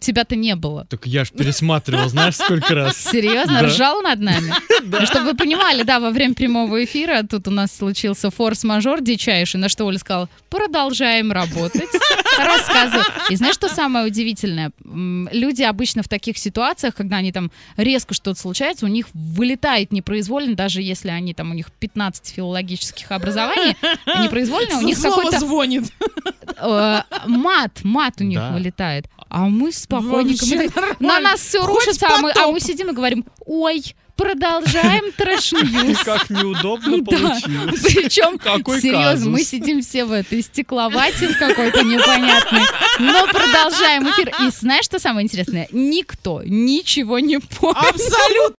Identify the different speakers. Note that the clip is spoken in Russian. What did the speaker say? Speaker 1: тебя-то не было.
Speaker 2: Так я ж пересматривал, знаешь, сколько раз.
Speaker 1: Серьезно,
Speaker 2: Да.
Speaker 1: ржал над нами. Ну, Чтобы вы понимали, да, во время прямого эфира тут у нас случился форс-мажор дичайший, на что Оля сказала, продолжаем работать, рассказывай. И знаешь, что самое удивительное? М, Люди обычно в таких ситуациях, когда они там резко что-то случается, у них вылетает непроизвольно, даже если они там, у них 15 филологических образований, непроизвольно у них
Speaker 3: Слово
Speaker 1: какой-то
Speaker 3: звонит.
Speaker 1: э, мат, мат у них
Speaker 2: Да.
Speaker 1: вылетает. А мы спокойненько, мы
Speaker 3: Вообще
Speaker 1: так- на нас все
Speaker 3: Хоть
Speaker 1: рушится, а мы, а
Speaker 3: потоп.
Speaker 1: мы сидим и говорим, ой, продолжаем трэш
Speaker 2: Как
Speaker 1: Да.
Speaker 2: неудобно Ну, получилось.
Speaker 1: Причем,
Speaker 2: Какой
Speaker 1: серьезно, мы
Speaker 2: казус.
Speaker 1: сидим все в этой стекловатин какой-то непонятный, но продолжаем эфир. И знаешь, что самое интересное? Никто ничего не понял.
Speaker 3: Абсолютно.